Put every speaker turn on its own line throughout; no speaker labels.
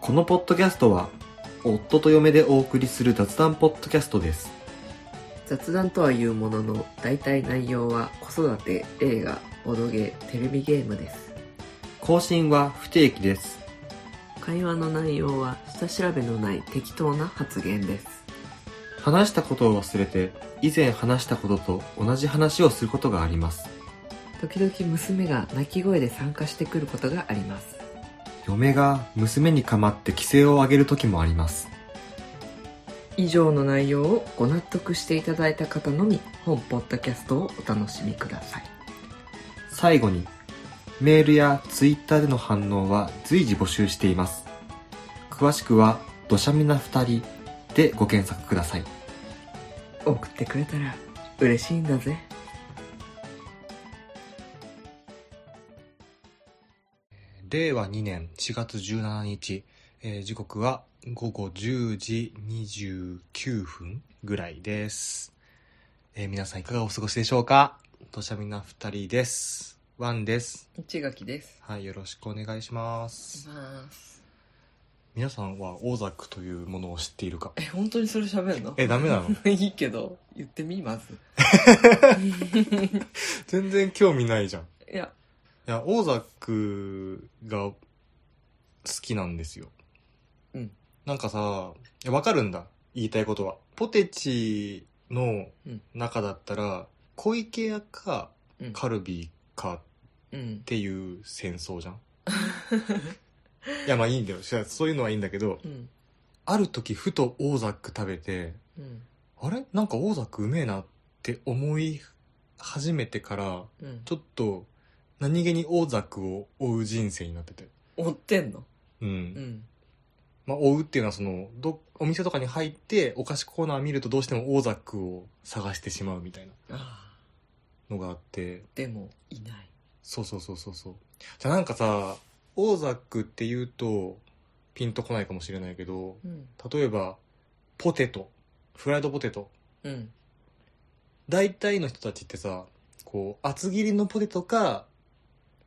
このポッドキャストは夫と嫁でお送りする雑談ポッドキャストです
雑談とは言うものの大体内容は子育て映画ボドゲテレビゲームです
更新は不定期です
会話の内容は下調べのない適当な発言です
話したことを忘れて以前話したことと同じ話をすることがあります
時々娘が泣き声で参加してくることがあります
嫁が娘にかまって規制を上げる時もあります
以上の内容をご納得していただいた方のみ本ポッドキャストをお楽しみください
最後にメールやツイッターでの反応は随時募集しています詳しくは「どしゃみな2人」でご検索ください
送ってくれたら嬉しいんだぜ
令和2年4月17日、えー時刻は午後10時29分ぐらいです、えー皆さんいかがお過ごしでしょうかとしゃみな2人ですワンです
一垣です
はいよろしくお願いします
ます
皆さんはオーザックというものを知っているか
え本当にそれ喋るの
えダメなの
いいけど言ってみます
全然興味ないじゃんい
いや
やオーザックが好きなんですよ
うん
なんかさいやわかるんだ言いたいことはポテチの
うん
中だったら小池屋か
うん
カルビーかっ
うん
ていう戦争じゃんいやまあいいんだよしそういうのはいいんだけど
うん
ある時ふとオーザック食べて
うん
あれなんかオーザックうめえなって思い始めてから
うん
ちょっと何気にオーザックを追う人生になってて
追ってんの
うん、
うん
まあ追うっていうのはそのどお店とかに入ってお菓子コーナー見るとどうしてもオーザックを探してしまうみたいな
ああ
のがあって
でもいない
そうそうそうそうそうじゃあなんかさオーザックっていうとピンとこないかもしれないけど
うん
例えばポテトフライドポテト
うん
大体の人たちってさこう厚切りのポテトか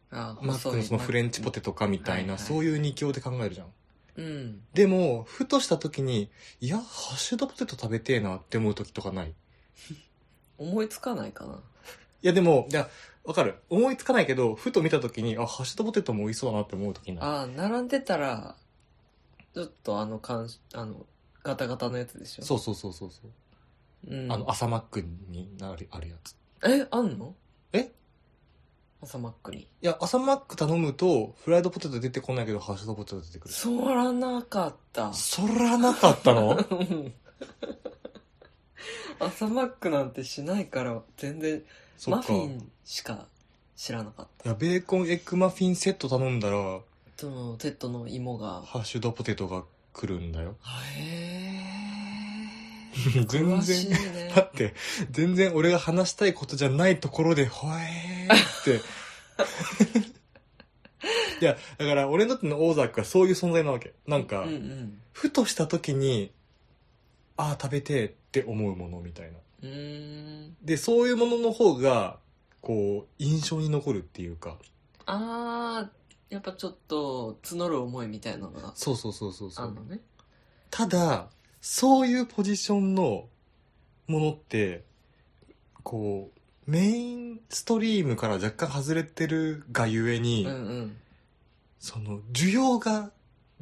ああ
マックのそのフレンチポテトかみたいな、
はいはい
そういう二強で考えるじゃん
トうん
でもふとした時にいやハッシュドポテト食べてえなって思う時とかないい
思いつかないかな
やでもいやわかる思いつかないけどふと見た時にあハッシュドポテトも美味しそうだなって思う時ない
ああ並んでたらちょっとあのかんあのガタガタのやつでしょ
そうそうそうそうそう
う、うん、
あの朝マックになるあるやつ
えあんの
え
朝マックに
いや朝マック頼むとフライドポテト出てこないけどハッシュドポテト出てくる
そらなかった
そらなかったの
うん 朝マックなんてしないから全然
そ
マ
っ
フ
か
ィ
い
ンしか知らなかった
やベーコンエッグマフィンセット頼んだら
そのテッドの芋が
ハッシュドポテトが来るんだよ
へえ
全
詳しい
然
ね
だって、全然俺が話したいことじゃないところで、ほえーって。 いや、だから俺にとってのオーザックはそういう存在なわけ。なんか、
うんうん
ふとした時に、ああ、食べてえって思うものみたいな。
うーん
で、そういうものの方が、こう、印象に残るっていうか。
あーやっぱちょっと募る思いみたいなのが
そうそうそうそうそ
あ
う。
んのね
ただ、そういうポジションのものって、こう、メインストリームから若干外れてるがゆえ
う
に、
んうん
その、需要が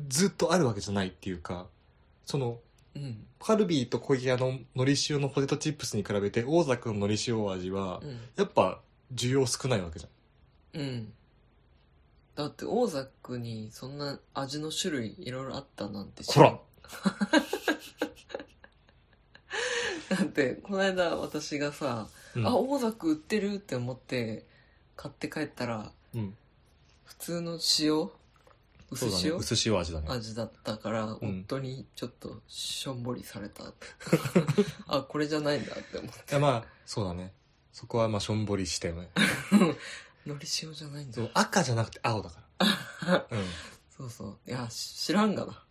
ずっとあるわけじゃないっていうか、その、
うん
カルビーと小池屋の海苔塩のポテトチップスに比べて、大崎の海苔塩味は、
うん
やっぱ、需要少ないわけじゃん。
うんだってオーザックにそんな味の種類いろいろあったなんて知
こら
だってこの間私がさ、
うん
あオーザック売ってるって思って買って帰ったら
うん。
普通の塩
そ
薄
うだね。
塩、
薄塩味だね。
味だったから、
ん
夫にちょっとしょんぼりさ れたあこれじゃないんだって思って
いや、まあ、そうだね。そこは、まあ、しょんぼりしたよね。
のり塩じゃないんだ
そう、赤じゃなくて青だ から。うん。
そうそういやし知らんがな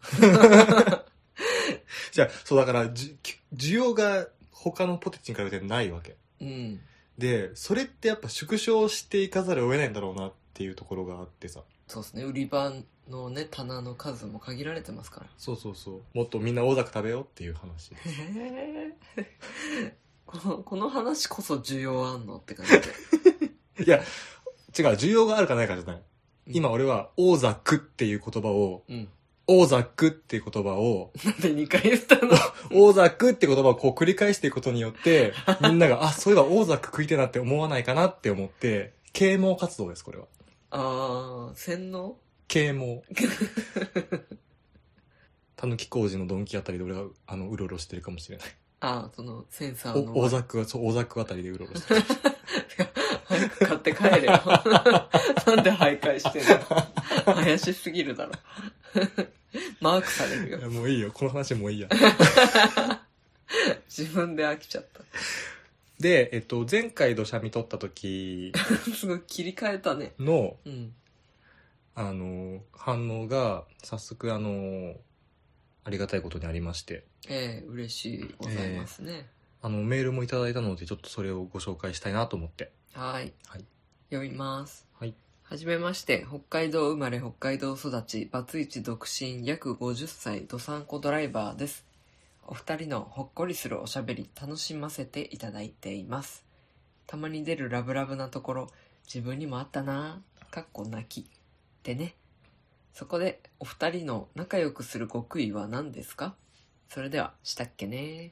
じゃあ、そうだから、じ需要が他のポテチに比べてないわけ。
うん
で、それってやっぱ縮小していかざるを得ないんだろうなってっていうところがあってさ
そうですね売り場のね棚の数も限られてますから
そうそうそうもっとみんな大阪食べようっていう 話
へえ このこの話こそ需要あんのって感じで
いや違う需要があるかないかじゃない今俺は「大ザク」っていう言葉を
うん
「大ザク」っていう言葉を
なんで2回言った の
「大ザク」って言葉をこう繰り返していくことによ ってみんなが「あそういえば大ザク食いてえな」って思わないかなって思って啓蒙活動ですこれは
ああ洗脳
啓蒙 たぬき工事のドンキあたりで俺があのうろうろしてるかもしれない
ああそのセンサーの
お大ザクはそう大ザクあたりでうろうろしてる
早く買って帰れよ なんで徘徊してんの怪しすぎるだろマークされる
い
よ
やもういいよこの話もういいや
自分で飽きちゃった
で、えっと、前回土砂見取った時
すごい切り替えたね
の
うん
あの反応が早速あのありがたいことにありまして
ええ嬉しいございますね、
あのメールもいただいたのでちょっとそれをご紹介したいなと思って
はい、
はい
読みます
はい
はじめまして、北海道生まれ、北海道育ち、バツイチ独身、約50歳、ドサンコドライバーです。お二人のほっこりするおしゃべり、楽しませていただいています。たまに出るラブラブなところ、自分にもあったなぁ、かっこ泣き。でね。そこで、お二人の仲良くする極意は何ですかそれでは、したっけね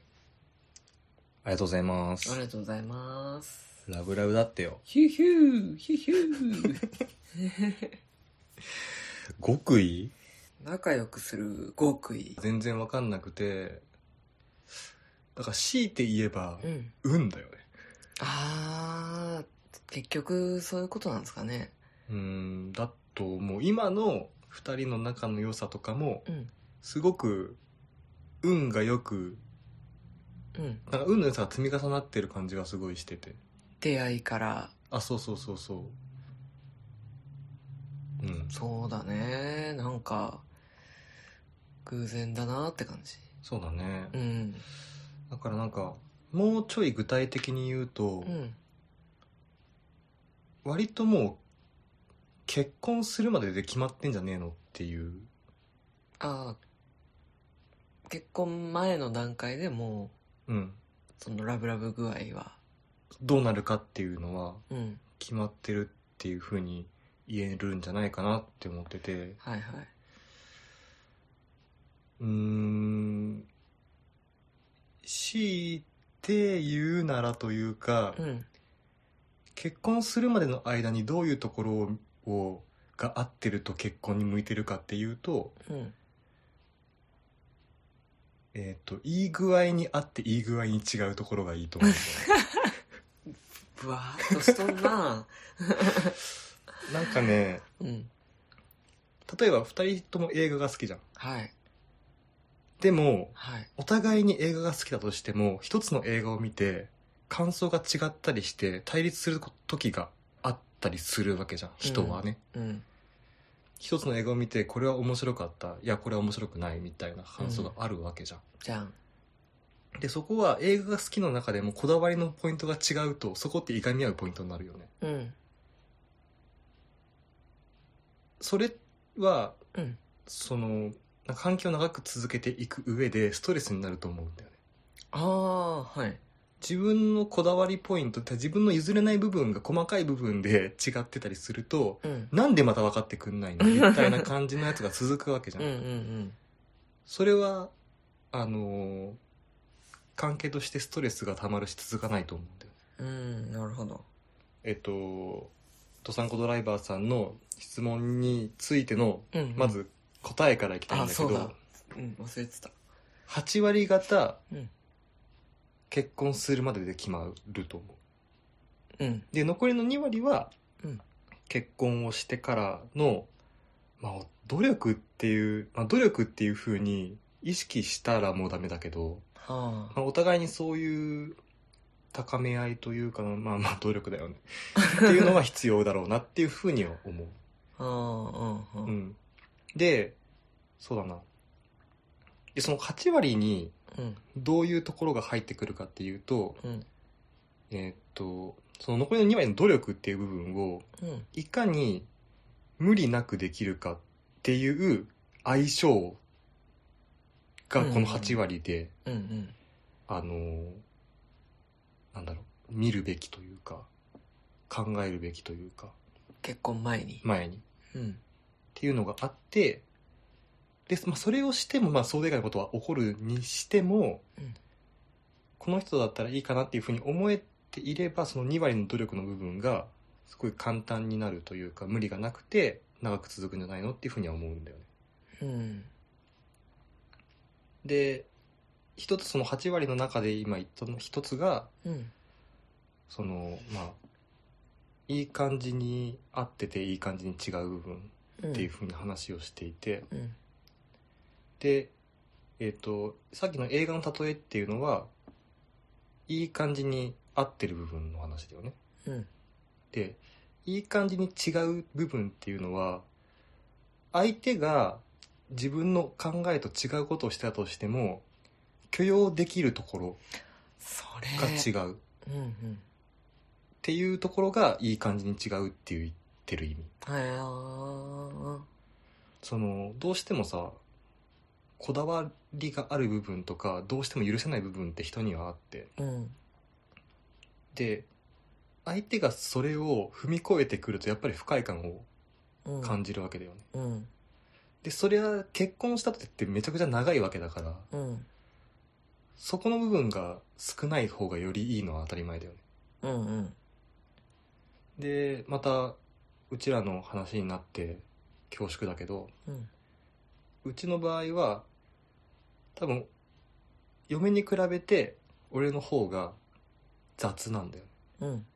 ありがとうございま
あり
す
がとうございます。
ラブラブだってよ
ヒューヒュー、ヒューヒュー。
極意
仲良くする極意。
全然わかんなくてだから強いて言えば
うん。
運だよね
ああ、結局そういうことなんですかね。
うんだともう今の2人の仲の良さとかも
うん。
すごく運がよく
うん。
なんか運の良さが積み重なってる感じがすごいしてて
出会いから、
あそうそうそうそううん
そうだね。なんか、偶然だなって感じ。
そうだね、
うん。
だからなんかもうちょい具体的に言うと、
うん。
割ともう結婚するまでで決まってんじゃねえのっていう
ああ、結婚前の段階でも
うん
う、そのラブラブ具合は、
どうなるかっていうのは
うん。
決まってるっていうふうに言えるんじゃないかなって思ってて
はいはい。
うーん強いて言うならというか、
うん。
結婚するまでの間にどういうところををが合ってると結婚に向いてるかっていうと,、
うん。
えー、といい具合に合っていい具合に違うところがいいと思うんだよね
ぶわーっとしとんな
なんかね
うん。
例えば2人とも映画が好きじゃん
はい。
でも
はい。
お互いに映画が好きだとしても一つの映画を見て感想が違ったりして対立する時があったりするわけじゃん人はね、
うん。
一つの映画を見てこれは面白かったいやこれは面白くないみたいな感想があるわけじゃん、
じゃん。
でそこは映画が好きの中でもこだわりのポイントが違うとそこっていがみ合うポイントになるよね
うん。
それは、
うん
その環境を長く続けていく上でストレスになると思うんだよね
ああ、はい。
自分のこだわりポイントって自分の譲れない部分が細かい部分で違ってたりすると
うん。
なんでまた分かってくんないのみたいな感じのやつが続くわけじゃ
うんうんうん。
それはあのー関係としてストレスがたまるし続かないと思うんだよね
うん、なるほど。
えっとドサンコドライバーさんの質問についての
うん
ま、ず答えからいきたいんだけ
あそう
ど
だうん、忘れてた。
8割方、
うん
結婚するまでで決まると思
うん、
うで残りの2割は、
うん
結婚をしてからの、まあ、努力っていう、まあ、努力っていうふうに意識したらもうダメだけど
はあ。
まあ、お互いにそういう高め合いというかまあまあ努力 だよねっていうのは必要だろうなっていうふうには思
ああ、
う、
う
う
ん、うん。
ん、でそうだなでその8割に
うん、
どういうところが入ってくるかっていうと,、
うん、
えーっとその残りの2割の努力っていう部分を
うん。
いかに無理なくできるかっていう相性がこの8割で、
うんうん
あのーなんだろう見るべきというか考えるべきというか
結婚前に、
前にっ
うん
ていうのがあってで、まあ、それをしても、まあ、想定外のことは起こるにしても、
うん
この人だったらいいかなっていうふうに思えていればその2割の努力の部分がすごい簡単になるというか無理がなくて長く続くんじゃないのっていうふうには思うんだよね。
うん
で一つその8割の中で今言ったの一つが
うん
そのまあいい感じに合ってていい感じに違う部分
うん
っていうふうに話をしていて、
うん
で、えっとさっきの映画の例えっていうのはいい感じに合ってる部分の話だよね。
うん
でいい感じに違う部分っていうのは相手が自分の考えと違うことをしたとしても許容できるところ
そ
が
れ
違うっ
うんうん
ていうところがいい感じに違うって言ってる意味。
はいあー
そのどうしてもさこだわりがある部分とかどうしても許せない部分って人にはあって
うん
で相手がそれを踏み越えてくるとやっぱり不快感を
うん
感じるわけだよね、
うん
でそれは結婚したってってめちゃくちゃ長いわけだから
うん
そこの部分が少ない方がよりいいのは当たり前だよね
うんうん
でまたうちらの話になって恐縮だけど
うん
うちの場合は多分嫁に比べて俺の方が雑なんだよね
うん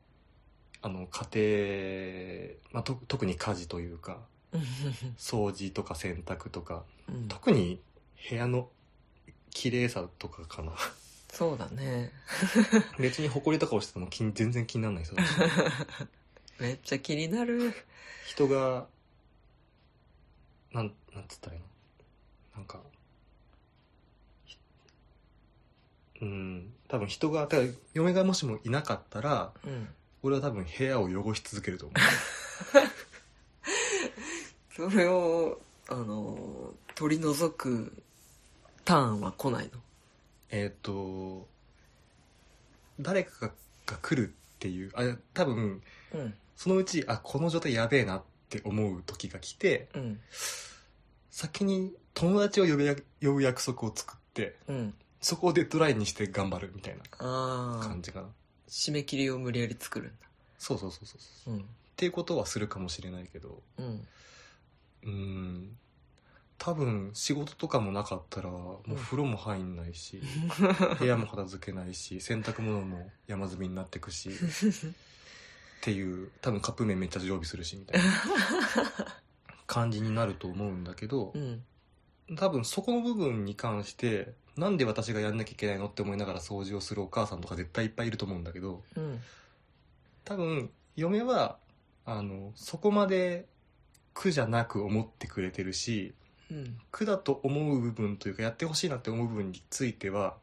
あの家庭、まあ、と特に家事というか
うん
掃除とか洗濯とか
うん
特に部屋の綺麗さとかかな
そうだね
別に埃とか落ちてても気に全然気にならない人だし
めっちゃ気になる
人がなんなんつったらいいのなんかひうん多分人がだから嫁がもしもいなかったら
うん
俺は多分部屋を汚し続ける と思う
それをあの取り除くターンは来ないの
えっと誰かがが来るっていうあ多分
うん
そのうちあこの状態やべえなって思う時が来て
うん
先に友達を呼ぶや呼ぶ約束を作って
うん
そこをデッドラインにして頑張るみたいな
ああ
感じかな、
締め切りを無理やり作るんだ
そうそうそうそうそう
うん
っていうことはするかもしれないけど
うん
うーん多分仕事とかもなかったらもう風呂も入んないし、 部屋も片付けないし洗濯物も山積みになってくしっていう多分カップ麺めっちゃ常備するしみ たいな感じになると思うんだけど
うん
多分そこの部分に関してなんで私がやんなきゃいけないのって思いながら掃除をするお母さんとか絶対いっぱいいると思うんだけど
うん
多分嫁はあのそこまで苦じゃなく思ってくれてるし
うん
苦だと思う部分というかやってほしいなって思う部分については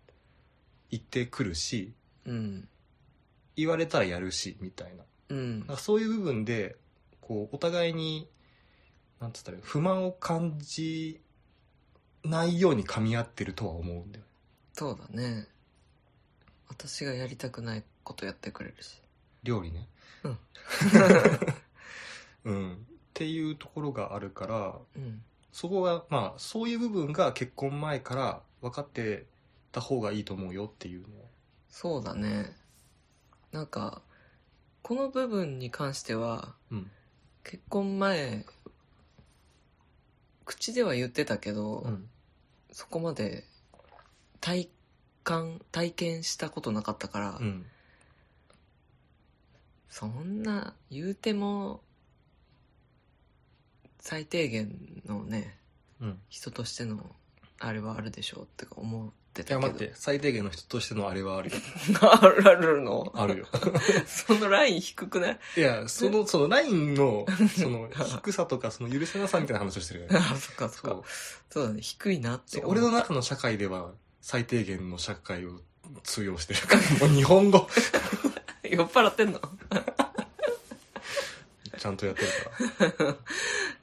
言ってくるし
うん
言われたらやるしみたいな
うん
なんかそういう部分でこうお互いになんつったらいい不満を感じないように噛み合ってるとは思うんだよ
そうだね私がやりたくないことやってくれるし
料理ね
うん
うんっていうところがあるから
うん
そこがまあそういう部分が結婚前から分かってた方がいいと思うよっていうのを
そうだねなんかこの部分に関しては
うん
結婚前口では言ってたけど、
うん
そこまで体感体験したことなかったから、
うん
そんな言うても最低限のね
うん
人としてのあれはあるでしょうって思って
いや
たけ
待っ
ど
て最低限の人としてのあれはあるよ
あるあるの
あるよ
そのライン低くない
いやそのそのライン のその低さとかその許せなさみたいな話をしてるよ
あ
ね
そっかそっ
そ
か
う
そうだね低いなっ
そ
て
う俺の中の社会では最低限の社会を通用してるからもう日本語
酔っ払ってんの
ちゃんとやってるか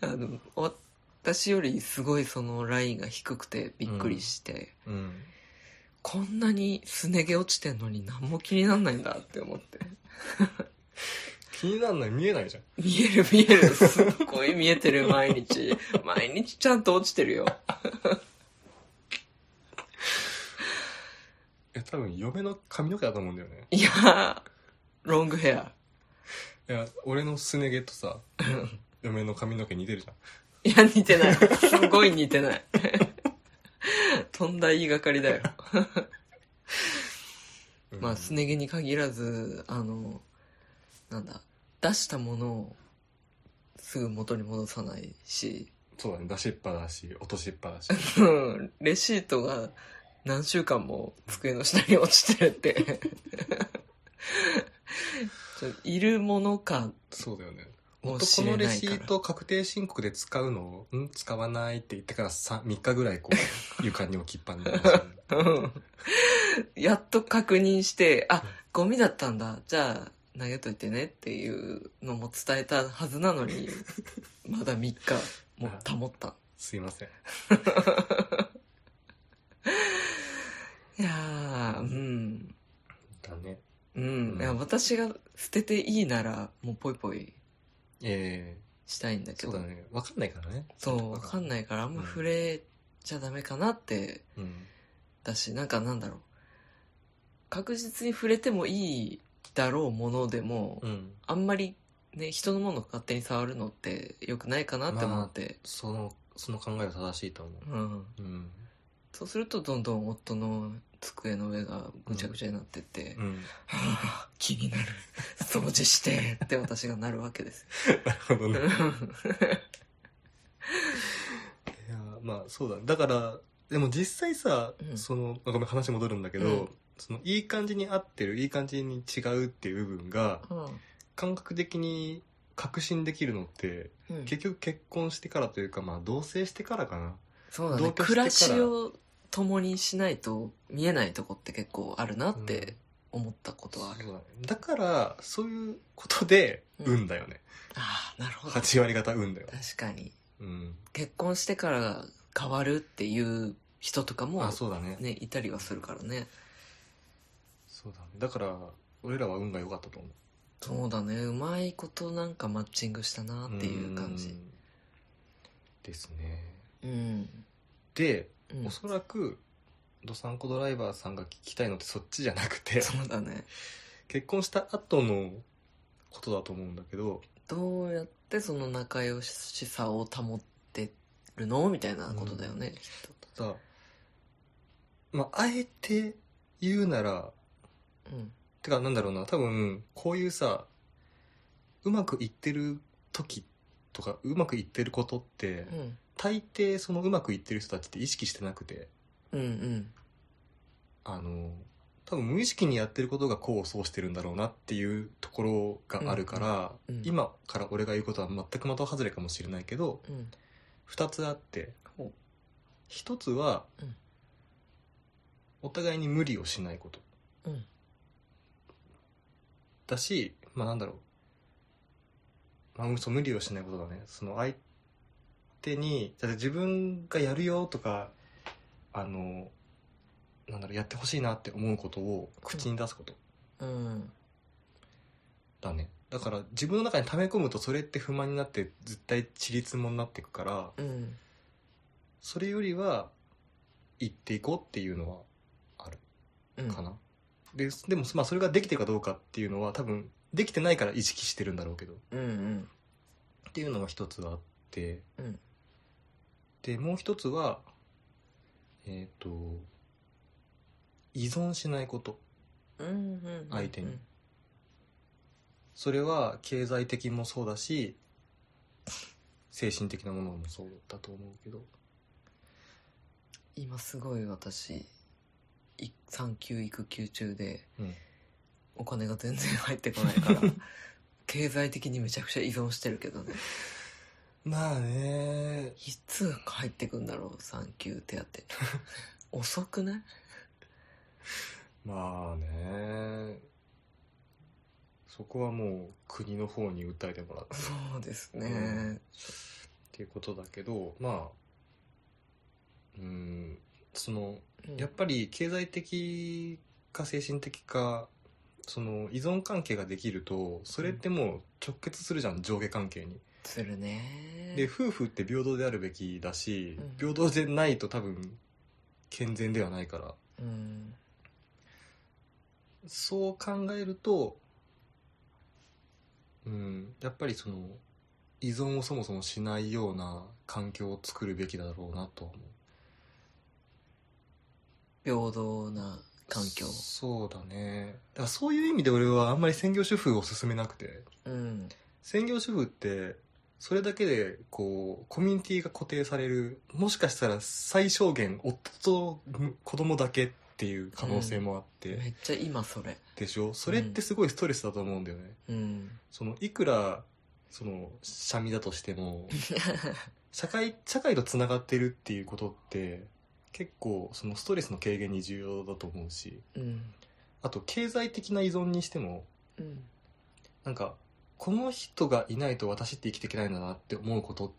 ら
あの私よりすごいそのラインが低くてびっくりして、
うん。
こんなにすね毛落ちてんのに何も気になんないんだって思って
気になんない、見えないじゃん。
見える見えるすっごい見えてる毎日毎日ちゃんと落ちてるよ
え、多分、嫁の髪の毛だと思うんだよね。
いやーロングヘア
いや、俺のすね毛と さ、嫁の髪の毛似てるじゃん。
いや似てないすごい似てないとんだ言いがかりだよ
うん
まあ、すね毛に限らず、あの、なんだ、出したものをすぐ元に戻さないし、
そうだね、出しっぱだし、落としっぱ だし。
うんレシートが何週間も机の下に落ちてるって。ちょいるものか
そうだよね。
もし
男の
れ
レ
ない
シ
か
ー
ら。
ト確定申告で使うのを、ん使わないって言ってから 3, 日ぐらいこ う、床に置きっぱになりましたね
うんやっと確認して、あ、ゴミだったんだ。じゃあ、投げといてねっていうのも伝えたはずなのに、まだ3日も保った。
すいません。
いやー、うん。
だね。
うん。
うん
いや私が捨てていいなら、もうポイポイ
え
したいんだ
ー、
け
そ
ど。
うだね。わかんないからね。
そう、わかん
い。
ないから、あんま
うん
触れちゃダメかなって、
うん。
だし、なんかなんだろう。確実に触れてもいいだろうものでも、
うん。
あんまりね、人のものを勝手に触るのって良くないかなって思って。
その、その考えは正しいと思
うん。
う。うん。
そうすると、どんどん夫の机の上がぐちゃぐちゃになってって、
うん。
はぁ気になる。掃除してって私がなるわ けです。
なるほどね。
う
いやまあそうだねだからでも実際さ、
うん
そのまあごめん話戻るんだけど、
うん
そのいい感じに合ってるいい感じに違うっていう部分が
ん
感覚的に確信できるのって
うん
結局結婚してからというかまあ同棲してからかな
そうだ
同居
ね
してから
暮らしを共にしないと見えないとこって結構あるなって思ったことはある、
そうだねだからそういうことで
うん
運だよね、
ああなるほど確
8割方運だよ、
かに
うん、
結婚してから変わるっていう人とかも
あそうだね
ねいたりはするからね
そうだねだから俺らは運が良かったと思う
そうだねうまいことなんかマッチングしたなっていう感じ
んですね
うん、
で
うん
おそ
そ
らくドサンコドライバーさんが聞きたいのってそっちじゃなくて
うだね
結婚した後のことだと思うんだけど
どうやってその仲良しさを保ってるのみたいなことだよね、きった
だまああえて言うなら
とうん
てかなんだろうな多分こういうさうまくいってる時とかうまくいってることって、
うん
大抵そのうまくいってる人たちって意識してなくて
うんうん
あの多分無意識にやってることが功を奏してるんだろうなっていうところがあるから、
うんうんうん
今から俺が言うことは全く的外れかもしれないけど
うん
2つあって
ほ
1つは、
うん
お互いに無理をしないこと
うん
だしまあなんだろう、まあ、そう無理をしないことだねその相手にだって自分がやるよとかあのなんだろうやってほしいなって思うことを口に出すこと、
うん
だねだから自分の中に溜め込むとそれって不満になって絶対ちりつもになっていくから
うん
それよりは行っていこうっていうのはある
うん
かな、ででも、まあ、それができてるかどうかっていうのは多分できてないから意識してるんだろうけど
うんうん
っていうのが一つあって、
うん
でもう一つはえっ、と依存しないこと
うんうんうん
相手にそれは経済的もそうだし精神的なものもそうだと思うけど
今すごい私い産休育休中で
うん
お金が全然入ってこない から経済的にめちゃくちゃ依存してるけどね
まあね
いつ入ってくんだろう産休手当 遅くない
まあねそこはもう国の方に訴えてもらって
そうですね、
うんっていうことだけどまあうんその
うん
やっぱり経済的か精神的かその依存関係ができるとそれってもう直結するじゃん上下関係に。
するね
で夫婦って平等であるべきだし
うん
平等でないと多分健全ではないから
うん
そう考えると、うん、やっぱりその依存をそもそもしないような環境を作るべきだろうなとは思う
平等な環境
そうだねだからそういう意味で俺はあんまり専業主婦を勧めなくて
うん
専業主婦ってそれだけでこうコミュニティが固定されるもしかしたら最小限夫と子供だけっていう可能性もあって、
めっちゃ今それ
でしょそれってすごいストレスだと思うんだよね、
うん
そのいくらそのシャミだとしても社会社会とつながってるっていうことって結構そのストレスの軽減に重要だと思うし
うん
あと経済的な依存にしても
うん
なんかこの人がいないと私って生きていけないんだなって思うこと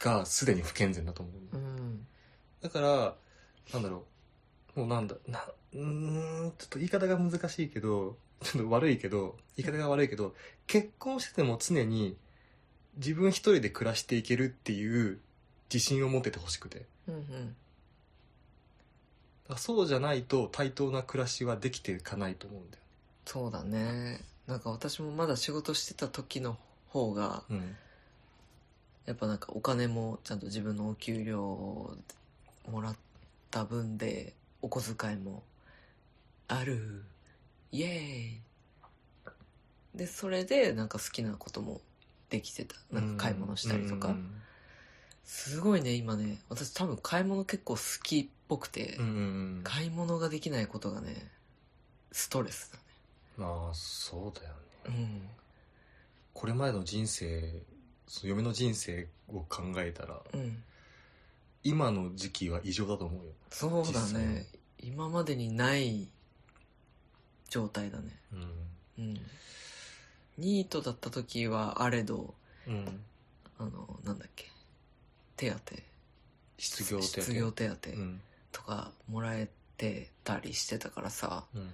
がすでに不健全だと思う、
うん
だからなんだろうもうなんだなうーんちょっと言い方が難しいけどちょっと悪いけど言い方が悪いけど結婚してても常に自分一人で暮らしていけるっていう自信を持っててほしくてだ
うん
からそうじゃないと対等な暮らしはできていかないと思うんだ
そうだねなんか私もまだ仕事してた時の方が
よね、
やっぱなんかお金もちゃんと自分のお給料をもらった分でお小遣いもあるイエーイでそれでなんか好きなこともできてた
うん、
なんか買い物したりとか、
うん
すごいね今ね私多分買い物結構好きっぽくて、
うんうんうん
買い物ができないことがねストレス
まあそうだよね
だねうん
これまでの人生その嫁の人生を考えたら
うん
今の時期は異常だと思うよ
そう
実
だ
際
ね今までにない状態だねうんニートだった時はあれど
うん、うん、
あのなんだっけ手当
失業手当
失業手当
うん
とかもらえてたりしてたからさ、
うん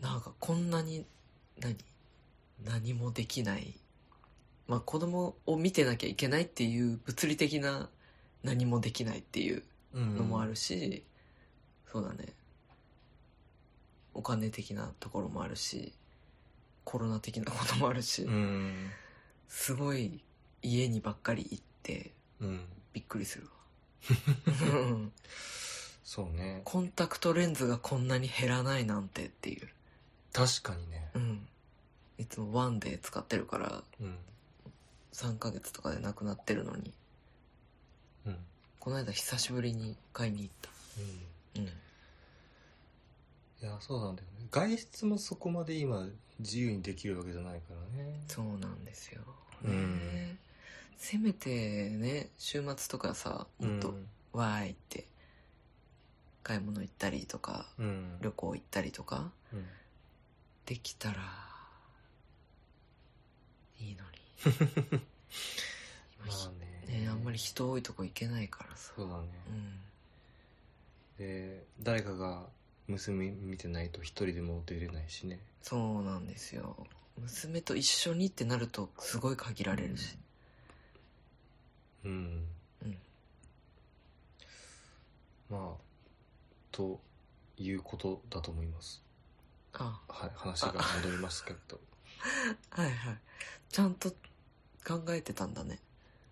なんかこんなに何何もできないまあ子供を見てなきゃいけないっていう物理的な何もできないっていう
うん
のもあるし、そうだねお金的なところもあるしコロナ的なこともあるし、
うん
すごい家にばっかり行って
うん
びっくりするわ うん
そうね
コンタクトレンズがこんなに減らないなんてっていう、
確かにね
うん、いつもワンデー使ってるから
うん
3ヶ月とかでなくなってるのに
うん、うん、
この間久しぶりに買いに行ったうん
いやそうなんだよね外出もそこまで今自由にできるわけじゃないからね
そうなんですよ、
うん
ねせめてね週末とかさもっと「わーい」って買い物行ったりとか
うん、うん
旅行行ったりとか
うん
できたらいいのに 今
ま
ひ
あね
ねあんまり人多いとこ行けないからさ
そうだね、
うん
で誰かが娘見てないと一人でも出れないしね
そうなんですよ娘と一緒にってなるとすごい限られるし
うん、
うん
まあということだと思います
あ
はい話が戻りますけど
はいはいちゃんと考えてたんだね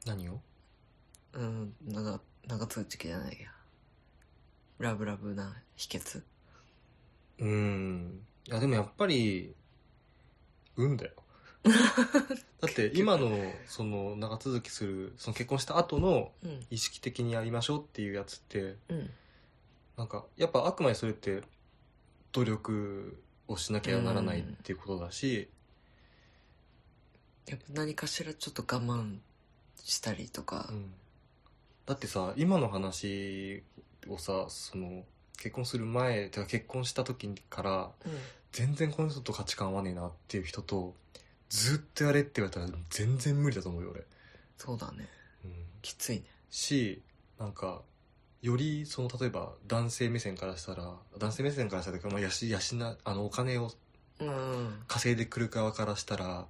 何を
うん長長続きじゃないやラブラブな秘訣
うんいやでもやっぱり運だよだって今のその長続きするその結婚した後の
うん
意識的にやりましょうっていうやつって
うん
なんかやっぱあくまでそれって努力をしなきゃならないっていうことだし、
やっぱ何かしらちょっと我慢したりとか
うんだってさ今の話をさその結婚する前てか結婚した時から全然この人と価値観合わねえなっていう人とずっとやれって言われたら全然無理だと思うよ俺
そうだね
うん、
きついね
しなんかよりその例えば男性目線からしたら男性目線からしたらというかまあやしやしなあのお金を
うん
稼いでくる側からしたら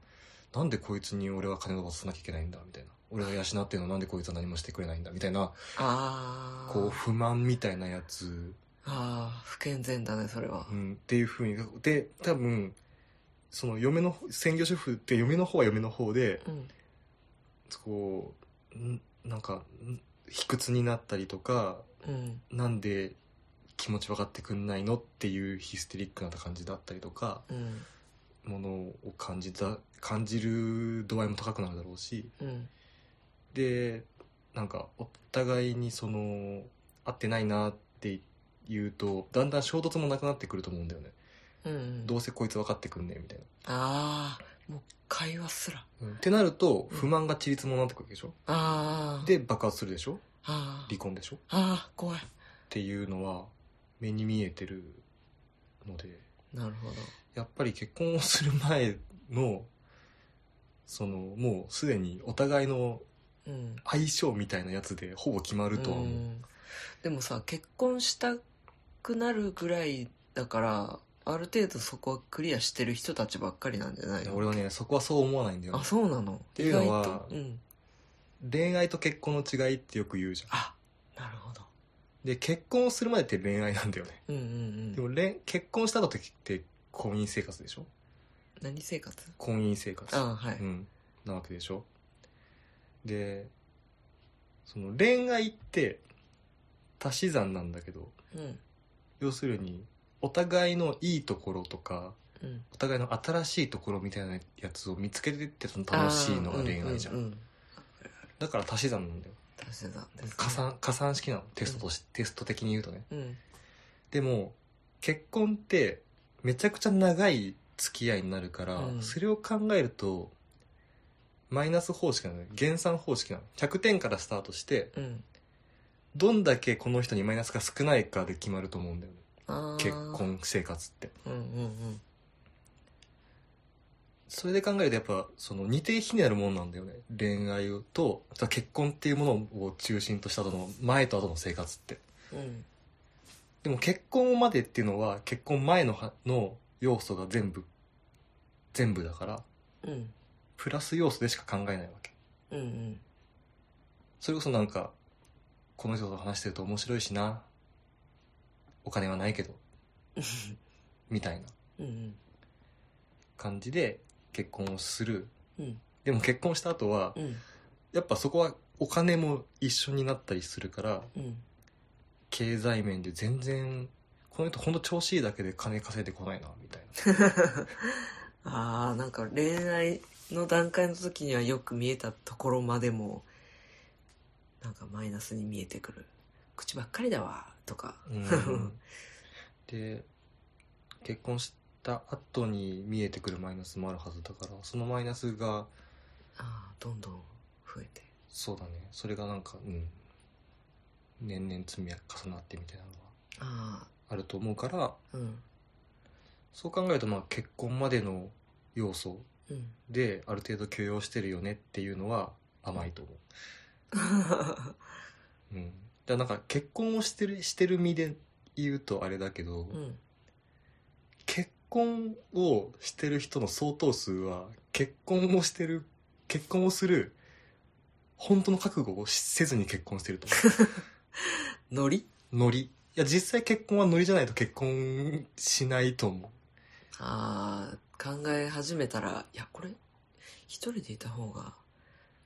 なんでこいつに俺は金を渡さなきゃいけないんだみたいな俺が養ってるのなんでこいつは何もしてくれないんだみたいな
ああ
こう不満みたいなやつ、
ああ不健全だねそれは
うん、っていうふうにで多分その嫁の専業主婦って嫁の方は嫁の方で
うん
こうんなんかん卑屈になったりとか
うん
なんで気持ち分かってくんないのっていうヒステリックな感じだったりとか
うん
ものを感じた感じる度合いも高くなるだろうし
うん
でなんかお互いにその合ってないなって言うとだんだん衝突もなくなってくると思うんだよね、
うん
どうせこいつ分かってくんねえみたい
ああもう会話すら
な、うんってなると不満がちりつもなってくるでしょ
ああ
で爆発するでしょ
あー
離婚でしょっ
あー怖い
ていうのは目に見えてるので
なるほど
やっぱり結婚をする前のそのもうすでにお互いの
うん
相性みたいなやつでほぼ決まるとは思う、
うんでもさ結婚したくなるぐらいだからある程度そこはクリアしてる人たちばっかりなんじゃない
いや
の
俺はねそこはそう思わないんだよ
あそうなの
ていうのは
意外とうん
恋愛と結婚の違いってよく言うじゃん
あなるほど
で結婚をする前って恋愛なんだよね
うんうん
で
うん
も恋結婚した時って婚姻生活でしょ
何生活
婚姻生活
あはい、
うんなわけでしょでその恋愛って足し算なんだけど
うん
要するにお互いのいいところとか
うん、
お互いの新しいところみたいなやつを見つけてってその楽しいのが恋愛じゃん,、
あーうううん
だから足し算なんだよ
足し算ですね
加算加算式なのテストとし、テスト的に言うとね
うん
でも結婚ってめちゃくちゃ長い付き合いになるから、
うん
それを考えるとマイナス方式なのね減算方式なの100点からスタートして
うん
どんだけこの人にマイナスが少ないかで決まると思うんだよね
あー
結婚生活って
うんうん
それで考えるとやっぱその似て非なるもんなんだよね恋愛と結婚っていうものを中心としたその前と後の生活って
うんうん
でも結婚までっていうのは結婚前のはの要素が全部全部だから
うん
プラス要素でしか考えないわけ
うんうん
それこそなんかこの人と話してると面白いしなお金はないけどみたいな
うん
感じで結婚をする
うん
でも結婚した後は
うん
やっぱそこはお金も一緒になったりするから
うん
経済面で全然この人ほんと調子いいだけで金稼いでこないなみたいな
ああなんか恋愛の段階の時にはよく見えたところまでもなんかマイナスに見えてくる口ばっかりだわとか
うん で結婚した後に見えてくるマイナスもあるはずだからそのマイナスが
ああどんどん増えて
そうだねそれがなんかうん年々積み重なってみたいなのは
あ
あると思うから
あうん
そう考えるとまあ結婚までの要素
うん
である程度許容してるよねっていうのは甘いと思ううん、だからなんか結婚をしてるしてる身で言うとあれだけど、
うん
結婚をしてる人の相当数は結婚をしてる結婚をする本当の覚悟をしせずに結婚してると思
ノリ
うノリいや実際結婚はノリじゃないと結婚しないと思
ああ考え始めたらいやこれ一人でいた方が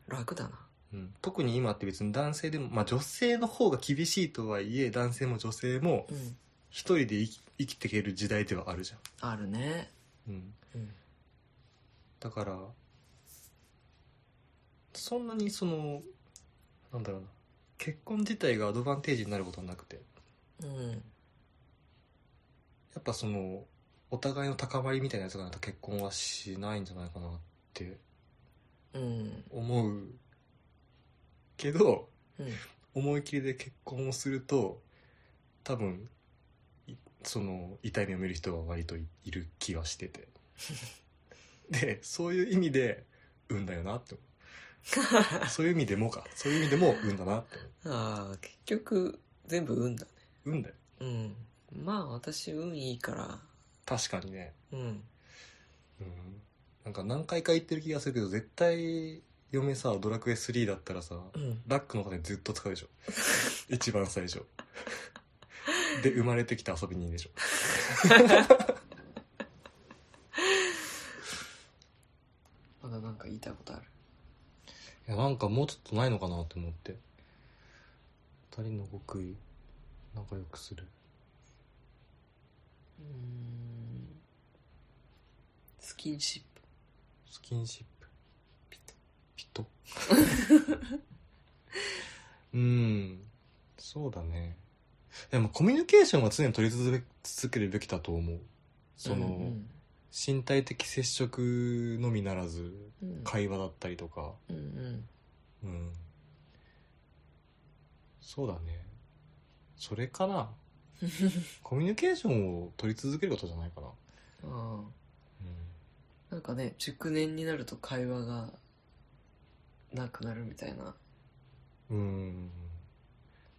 楽だな
う、うん、特に今って別に男性でも、まあ、女性の方が厳しいとはいえ男性も女性も
うん
一人で生き生きていける時代ではあるじ
あるね
ゃん、うん、
うん
だからそんなにそのなんだろうな結婚自体がアドバンテージになることはなくて
うん
やっぱそのお互いの高まりみたいなやつがないと結婚はしないんじゃないかなって
うん
思うけど
うん
思い切りで結婚をすると多分いその痛い目を見る人は割といいる気はしててでそういう意味で運だよなって思そういう意味でもか。そういう意味でも運だなって思う。
ああ、結局、全部運だね。
運だよ。
うん。まあ、私、運いいから。
確かにね。
うん。
うん。なんか何回か言ってる気がするけど、絶対、嫁さ、ドラクエ3だったらさ、
うん。
ラックの金ずっと使うでしょ。一番最初。で、生まれてきた遊び人でしょ。
まだなんか言いたいことある。
いや、なんかもうちょっとないのかなと思って。二人の極意、仲良くする。
うーん。スキンシップ。
スキンシップ。ピト。ピ ト。うん。そうだね。でもコミュニケーションは常に取り続け続けるべきだと思う。その、
うん
身体的接触のみならず、
うん、うん。
会話だったりとか。
うん
う
うん。
ん。そうだね。それか な。コミュニケーションを取り続けることじゃないかな。
ああ。
う
なんかね、熟年になると会話がなくなるみたいな。
ん。うん。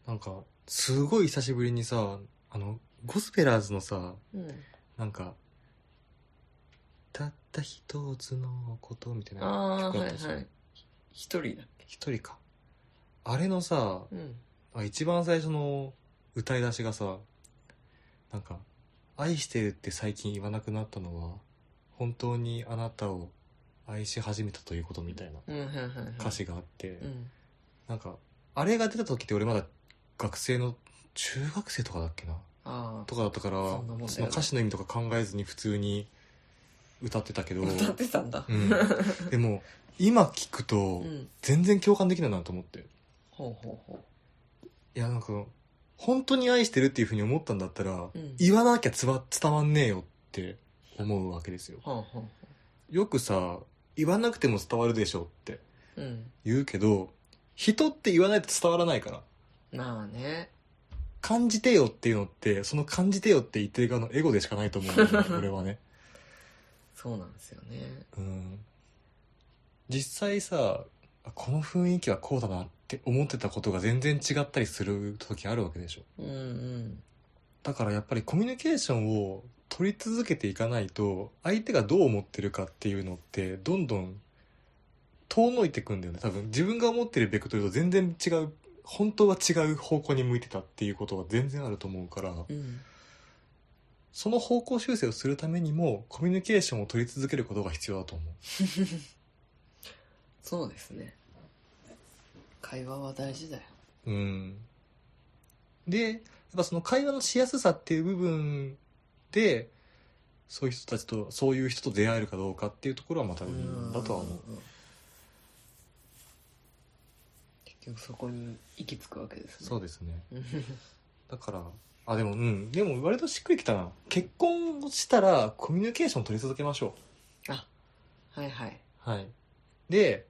なんか、すごい久しぶりにさ、あの、ゴスペラーズのさ、
うん。
なんか、たった一つのことみたいな
ああ、
曲
は
あっ
い
たじゃ
は
ん
い。一人だっけ
一、人か。あれのさ、
うん。
あ一番最初の歌い出しがさなんか「愛してる」って最近言わなくなったのは本当にあなたを愛し始めたということみたいな
うん、はいはいはい。
歌詞があって、
うん。
なんかあれが出た時って俺まだ学生の中学生とかだっけな
あ
とかだったから
そんなもんだよね
の歌詞の意味とか考えずに普通に歌ってたけ
あ。
ど、
歌ってたんだ。
うんでも今聞くと
うん。
全然共感できないなと思って。
ほうほうほ
いや、なんか、本当に愛してるっていうふうに思ったんだったら、
う。うん。
言わなきゃつわ伝わんねえよって思うわけですよ。
ほうほうほ
よくさ、言わなくても伝わるでしょって
う。うん。
言うけど、人って言わないと伝わらないから。
まあね。
感じてよっていうのって、その感じてよって言ってる側のエゴでしかないと思うんだよね、俺はね。
そうなんですよね。
うん。実際さ、あこの雰囲気はこうだなって思ってたことが全然違ったりする時あるわけでしょ。
うんうん。
だからやっぱりコミュニケーションを取り続けていかないと相手がどう思ってるかっていうのってどんどん遠のいてくんだよね多分自分が思ってるベクトルと全然違う本当は違う方向に向いてたっていうことが全然あると思うから
うん。
その方向修正をするためにもコミュニケーションを取り続けることが必要だと思
そうですね。会話は大事だよ。
ううんでやっぱその会話のしやすさっていう部分でそういう人たちとそういう人と出会えるかどうかっていうところはまたうんだとは思う
結局そこに行き着くわけですね。
そうですね
うん。
だからあでもうんでも割としっくりきたな結婚したらコミュニケーション取り続けましょ
あ、はいはい。
うはいで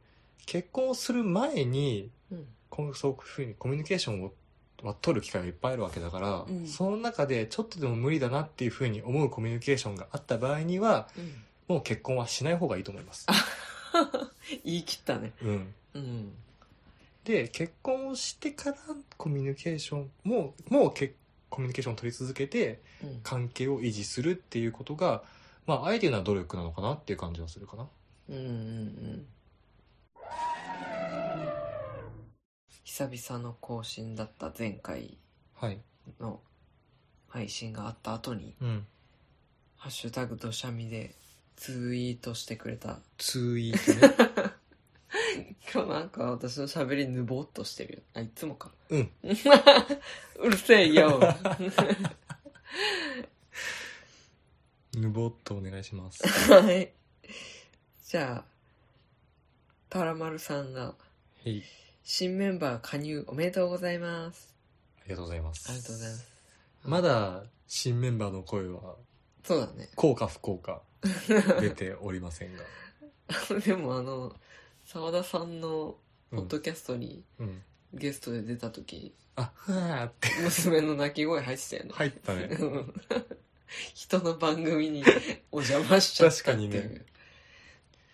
結婚をする前に
うん。
こうそういうふうにコミュニケーションをは取る機会がいっぱいあるわけだから、
うん
その中でちょっとでも無理だなっていうふうに思うコミュニケーションがあった場合には
うん。
もう結婚はしない方がいいと思います、
言い切ったね。
うん、
うん。
で結婚をしてからコミュニケーションもうもうけコミュニケーションを取り続けて
うん。
関係を維持するっていうことが、まあ、あえてな努力なのかなっていう感じはするかな。
うんうんうん。久々の更新だった前回
はい。
の配信があった後に、
うん。
ハッシュタグどしゃみでツイートしてくれた。
ツイートね。
今日なんか私の喋りぬぼーっとしてるよ。あ、いつもか。
うん。
うるせえよ。
ぬぼっとお願いします。
はい。じゃあ、パラマルさんが、
はい。
新メンバー加入おめでとうございます。
ありがとうございます。
ありがとうございます。
まだ、新メンバーの声は、
そうだね。
効果不効果、出ておりません が。
でもあの澤田さんの
う
ポッ
ん。
ドキャストに
うん、
ゲストで出た時、
あ、ふわーって
娘の泣き声入ってたよね
入った ね。
うん人の番組にお邪魔しちゃったっていう
確かにね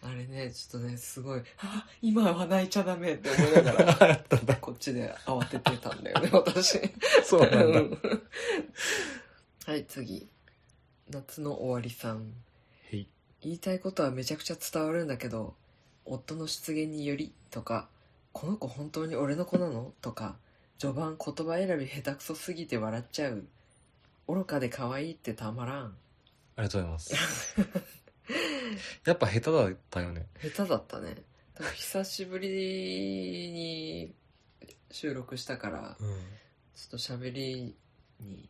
あれね、ちょっとね、すごい、あ今は泣いちゃダメって思いながら、
あったんだ。
こっちで慌ててたんだよ ね、私。
そうな
うん
だ。
ん はい、次。夏の終わりさん。
はい。
言いたいことはめちゃくちゃ伝わるんだけど夫の出現によりとかこの子本当に俺の子なのとか序盤言葉選び下手くそすぎて笑っちゃう愚かで可愛いってたまらん
ありがとうございます。やっぱ下手だったよね。
下手だったね多分久しぶりに収録したから
うん。
ちょっと喋りに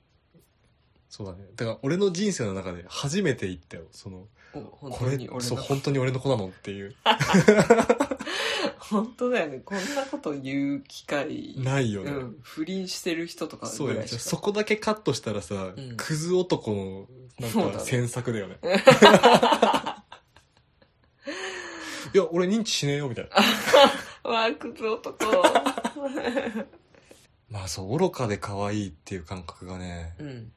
そうだね。だから俺の人生の中で初めて言ったよ。その、
お本
こ
当
れ
に、俺
そう、
の
本当に俺の子なのっていう。
本当だよねこんなこと言う機会
ないよね。
うん、不倫してる人とか
そう
ぐ
だ
ら
よ。
い
じゃあ
しか
そこだけカットしたらさ、
うん
クズ男の、
そう
なん
だ
か、
ね
詮索だよね。いや、俺認知しねえよ、みたいな。
ワークズ男。
まあそう、愚かで可愛いっていう感覚がね、
うん。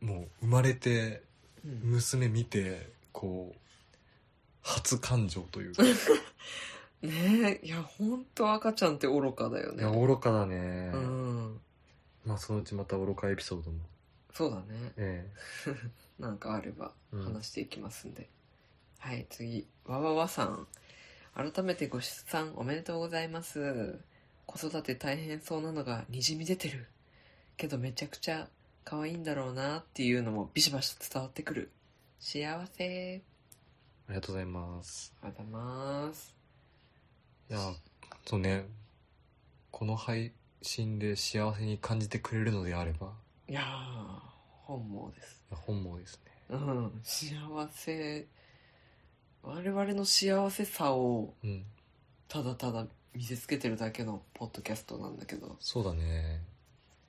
もう生まれて、
うん
娘見て、こう、初感情というか。い
ねえ、いや、ほんと赤ちゃんって愚かだよね。
や、愚かだね。
うん。
まあそのうちまた愚かエピソードも。
そうだね。
え
なんかあれば
うん
話していきますんで。はい、次。わわわさん。改めてご出産おめでとうございます。子育て大変そうなのがにじみ出てる。けどめちゃくちゃ可愛いんだろうなっていうのもビシバシ伝わってくる。幸せ。
ありがとうございます。
ありがとうございます。
いや、そうね、この配信で幸せに感じてくれるのであれば、
いやー、本望です。
本望ですね。
うん、幸せ我々の幸せさを
うん。
ただただ見せつけてるだけのポッドキャストなんだけど
そうだね。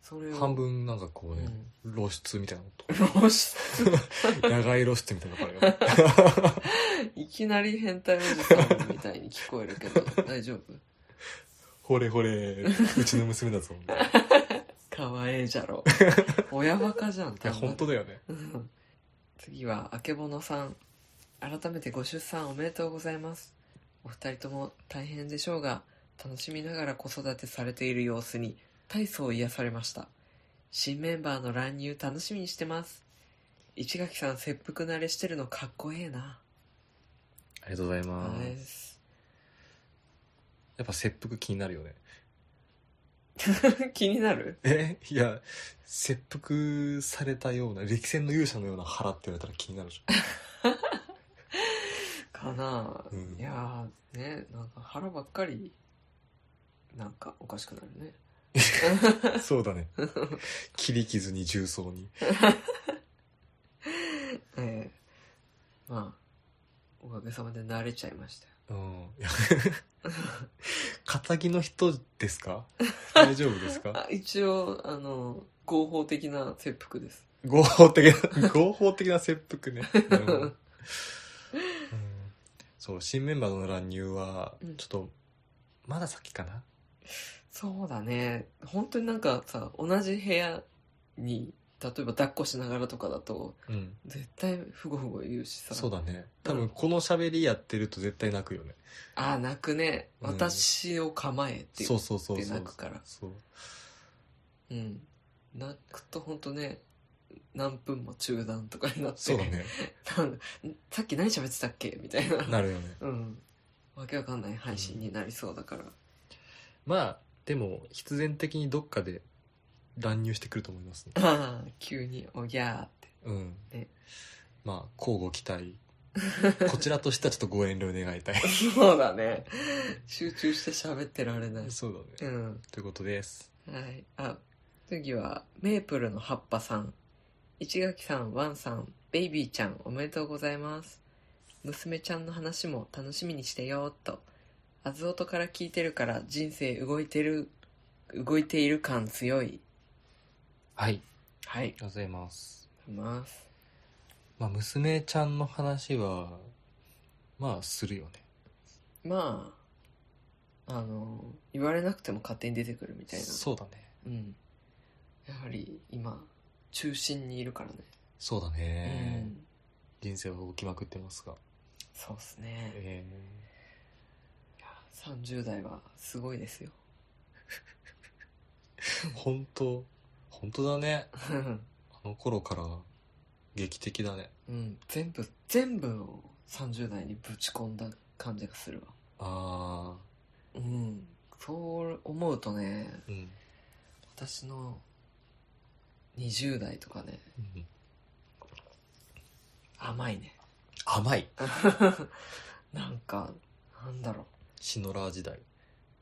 それを
半分なんかこう
う
ね、
ん
露出みたいなこ
露出
と。野外露出みたいなのがあ るよね。
いきなり変態おじさんみたいに聞こえる けど大丈夫
ほれほれ、うちの娘だぞ。みたいない
かわええじ ゃろ親バカじゃん
や、本当だよね。
うん次はあけぼのさん改めてご出産おめでとうございますお二人とも大変でしょうが楽しみながら子育てされている様子に大層癒されました新メンバーの乱入楽しみにしてます市垣さん切腹慣れしてるのかっこええな
ありがとうございま
ナイ
す。
ス
やっぱ切腹気になるよね。
気になる
えいや、切腹されたような、歴戦の勇者のような腹って言われたら気になるでしょ。
かな、
うん
いやーねなんか腹ばっかりなんかおかしくなるね
そうだね。切り傷に重曹に。
ええまあおかげさまで慣れちゃいましたよ
うん。い や仇の人ですか大丈夫ですか
あ一応あの合法的な切腹です
合法的な、合法的な切腹ね。なるほどうんそう、新メンバーの乱入は
うん、
ちょっと、まだ先かな
そうだね本当になんかさ同じ部屋に例えば抱っこしながらとかだと
うん。
絶対ふごふご言うしさ
そうだね。多分、この喋りやってると絶対泣くよね。
ああ泣くね
うん
私を構えってい
そうそうそう
で
そう
泣くから
そう
うん泣くと本当ね何分も中断とかになって
そうだね
なんか さっき何喋ってたっけみたいな
なるよね
うんわけわかんない配信になりそうだから、
まあでも必然的にどっかで乱入してくると思いますね
ああ 急におぎゃーって
うん
ね
まあ交互期 待こちらとしてはちょっとご遠慮願い たい
そうだね集中して喋ってられない
そう
う
だね
ん
ということです
はいあ次はメープルの葉っぱさん市垣さんワンさんベイビーちゃんおめでとうございます娘ちゃんの話も楽しみにしてよーっとあずおとから聞いてるから人生動いてる動いている感強い
はいあり
はい
がとうございます
ます
まあ娘ちゃんの話はまあするよね
まああの言われなくても勝手に出てくるみたいな
そうだね
うん、やはり今中心にいるからね、
そうだね、
うん
人生は動きまくってますが
そうですね。
え
いや30代はすごいですよ。
ー、本当本当だね。あの頃から劇的だね。
うん、全部、全部を30代にぶち込んだ感じがするわ。
あ
うん。そう思うとね、
ー、うん。
私の20代とかね、
うん
甘いね。
甘い。
なんか、なんだろ
シノラー時代。
う。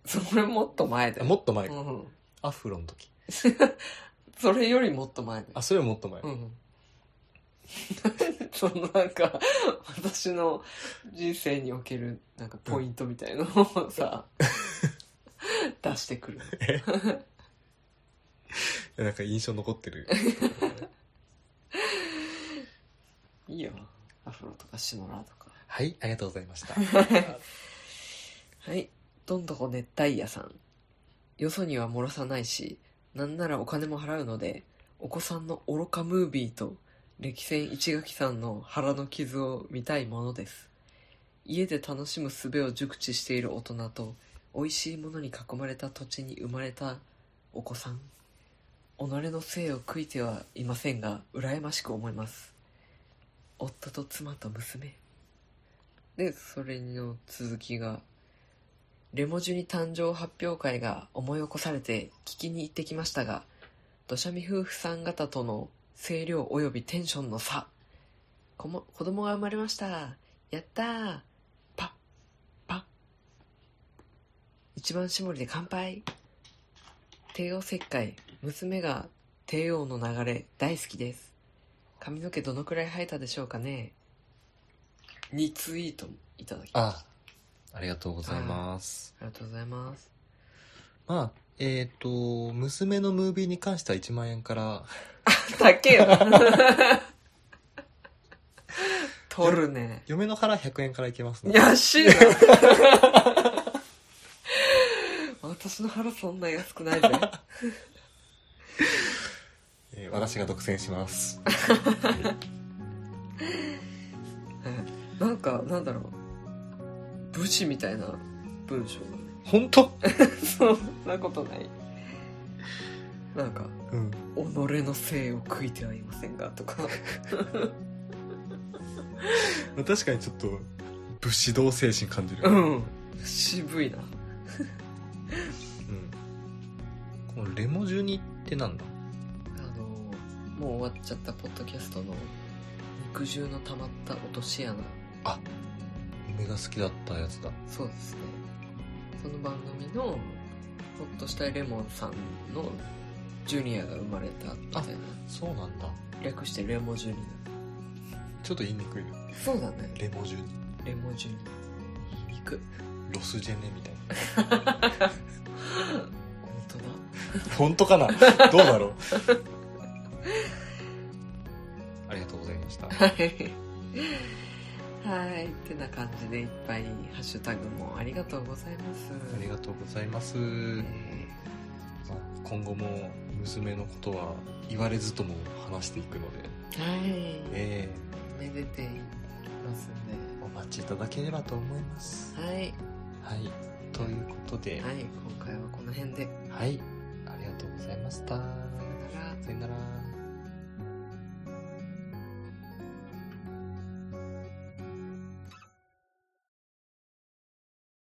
それもっと前だ
あ
よ。
もっと前、
うん。
アフロの時。
それよりもっと前だよ。
あ、それはもっと前。
うん。 そのなんか、私の人生におけるなんかポイントみたいのをさ、出してくる。
なんか印象残ってる。
いいよ。アフロとかシノラとか。
はい、ありがとうございま した。
はい。どんどこ熱帯夜さん。よそには漏らさないし、なんならお金も払うので、お子さんの愚かムービーと、歴戦一垣さんの腹の傷を見たいものです。家で楽しむ術を熟知している大人と、美味しいものに囲まれた土地に生まれたお子さん。己の性を悔いてはいませんが、羨ましく思います。夫と妻と娘。で、それの続きが、レモジュニ誕生発表会が思い起こされて聞きに行ってきましたが、土砂見夫婦さん方との声量及びテンションの差。こも子供が生まれました。やったー。パッ、パッ。一番搾りで乾杯。帝王切開。娘が帝王の流れ大好きです。髪の毛どのくらい生えたでしょうかね。にツイートもいただきました。
あ、ありがとうございます。
ありがとうございます。
まあ、えっ、と、娘のムービーに関しては1万円から、
高えよ。 取るね。
嫁の腹100円からいけますね。
安いな。私の腹そんな安くないぜ。
えー私が独占します。
うんなんか、なんだろう。武士みたいな文章だね。
本当
そんなことない。なんか、
うん。
己の性を悔いてはいませんが、とか。
確かにちょっと、武士道精神感じる。
うん。渋いな。
うんこのレモジュニってなんだ
あのもう終わっちゃったポッドキャストの肉汁の溜まった落とし穴
嫁が好きだったやつだ。
そうですねその番組のほっとしたいレモンさんのジュニアが生まれたみたい
そうなんだ。
な略してレモジュニ
ちょっと言いにくいね。
アそうだね
レモジュニ。
レモジュニアいく
ロスジェネみたいな。
本当だ
本当かなどうだろうありがとうございました。
はい はいってな感じでいっぱいハッシュタグもありがとうございます
ありがとうございます。
え
まあ今後も娘のことは言われずとも話していくので、
ーはい
え
めでています
えお待ちいただければと思います。
ね
は
はい
い。ということで、
はい、今回はこの辺で。
はい。ありがとうございました。
さよなら。
さよなら。